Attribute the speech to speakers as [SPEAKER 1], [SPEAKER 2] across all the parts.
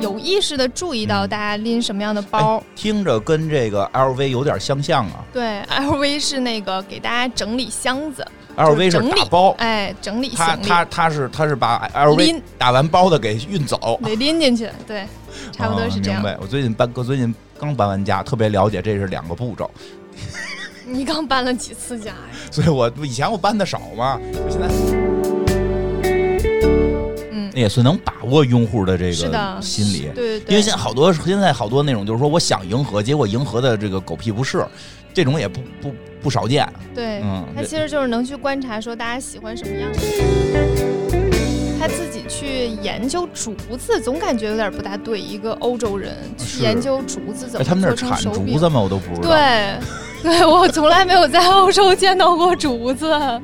[SPEAKER 1] 有意识的注意
[SPEAKER 2] 嗯
[SPEAKER 1] 到大家拎什么样的
[SPEAKER 2] 哎
[SPEAKER 1] 包。
[SPEAKER 2] 听着跟这个 LV 有点相像啊。
[SPEAKER 1] 对，LV 是那个给大家整理箱子，
[SPEAKER 2] LV 是
[SPEAKER 1] 整
[SPEAKER 2] 打
[SPEAKER 1] 理
[SPEAKER 2] 包，
[SPEAKER 1] 哎，整理
[SPEAKER 2] 他
[SPEAKER 1] 行李，
[SPEAKER 2] 他他是他是把 LV
[SPEAKER 1] 拎
[SPEAKER 2] 打完包的给运走，
[SPEAKER 1] 得拎进去，对，差不多是这
[SPEAKER 2] 啊
[SPEAKER 1] 样。
[SPEAKER 2] 哦明白。我最近搬，我最近刚搬完家，特别了解这是两个步骤，
[SPEAKER 1] 你刚搬了几次家呀？
[SPEAKER 2] 所以我以前我搬的少嘛，我现在
[SPEAKER 1] 嗯，
[SPEAKER 2] 也是能把握用户的这
[SPEAKER 1] 是
[SPEAKER 2] 个
[SPEAKER 1] 的，
[SPEAKER 2] 心理。
[SPEAKER 1] 对对
[SPEAKER 2] 因
[SPEAKER 1] 对，
[SPEAKER 2] 为现在好多现在好多那种就是说我想迎合，结果迎合的这个狗屁不是，这种也不不不少见。
[SPEAKER 1] 对，
[SPEAKER 2] 嗯，
[SPEAKER 1] 他
[SPEAKER 2] 这
[SPEAKER 1] 其实就是能去观察说大家喜欢什么样的。他自己去研究竹子，总感觉有点不大对。一个欧洲人
[SPEAKER 2] 是
[SPEAKER 1] 去研究竹子怎么
[SPEAKER 2] 哎他们那儿
[SPEAKER 1] 做成
[SPEAKER 2] 产
[SPEAKER 1] 手
[SPEAKER 2] 竹
[SPEAKER 1] 柄
[SPEAKER 2] 子吗？我都不知道。
[SPEAKER 1] 对，对 我从来没有在欧洲见到过竹子。
[SPEAKER 2] 啊，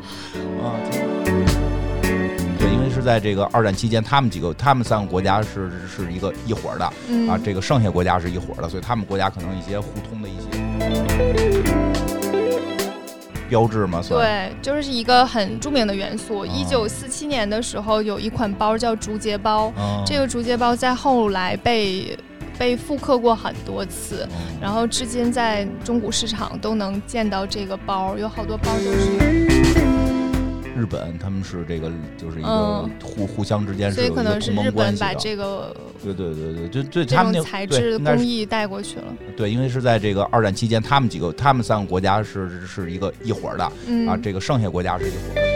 [SPEAKER 2] 对，因为是在这个二战期间，他们几个他们三个国家是是一个一伙儿的
[SPEAKER 1] 嗯，
[SPEAKER 2] 啊，这个剩下国家是一伙儿的，所以他们国家可能一些互通的一些标志嘛，算
[SPEAKER 1] 对，就是一个很著名的元素。
[SPEAKER 2] 啊
[SPEAKER 1] 一九四七年的时候，有一款包叫竹节包，
[SPEAKER 2] 嗯
[SPEAKER 1] 这个竹节包在后来被被复刻过很多次，
[SPEAKER 2] 嗯
[SPEAKER 1] 然后至今在中古市场都能见到这个包，有好多包都是，
[SPEAKER 2] 日本他们是这个就是一个
[SPEAKER 1] 嗯
[SPEAKER 2] 互互相之间
[SPEAKER 1] 所以
[SPEAKER 2] 是有一
[SPEAKER 1] 可
[SPEAKER 2] 个
[SPEAKER 1] 能是
[SPEAKER 2] 同
[SPEAKER 1] 日
[SPEAKER 2] 盟关
[SPEAKER 1] 本
[SPEAKER 2] 系
[SPEAKER 1] 把
[SPEAKER 2] 的。
[SPEAKER 1] 这个
[SPEAKER 2] 对对对对，就对
[SPEAKER 1] 这
[SPEAKER 2] 他们那
[SPEAKER 1] 种材
[SPEAKER 2] 对
[SPEAKER 1] 质
[SPEAKER 2] 应该
[SPEAKER 1] 工
[SPEAKER 2] 是啊
[SPEAKER 1] 艺带过去了。
[SPEAKER 2] 对，因为是在这个二战期间，他们几个他们三个国家是是一个一伙儿的
[SPEAKER 1] 嗯，
[SPEAKER 2] 啊，这个剩下国家是一伙儿的。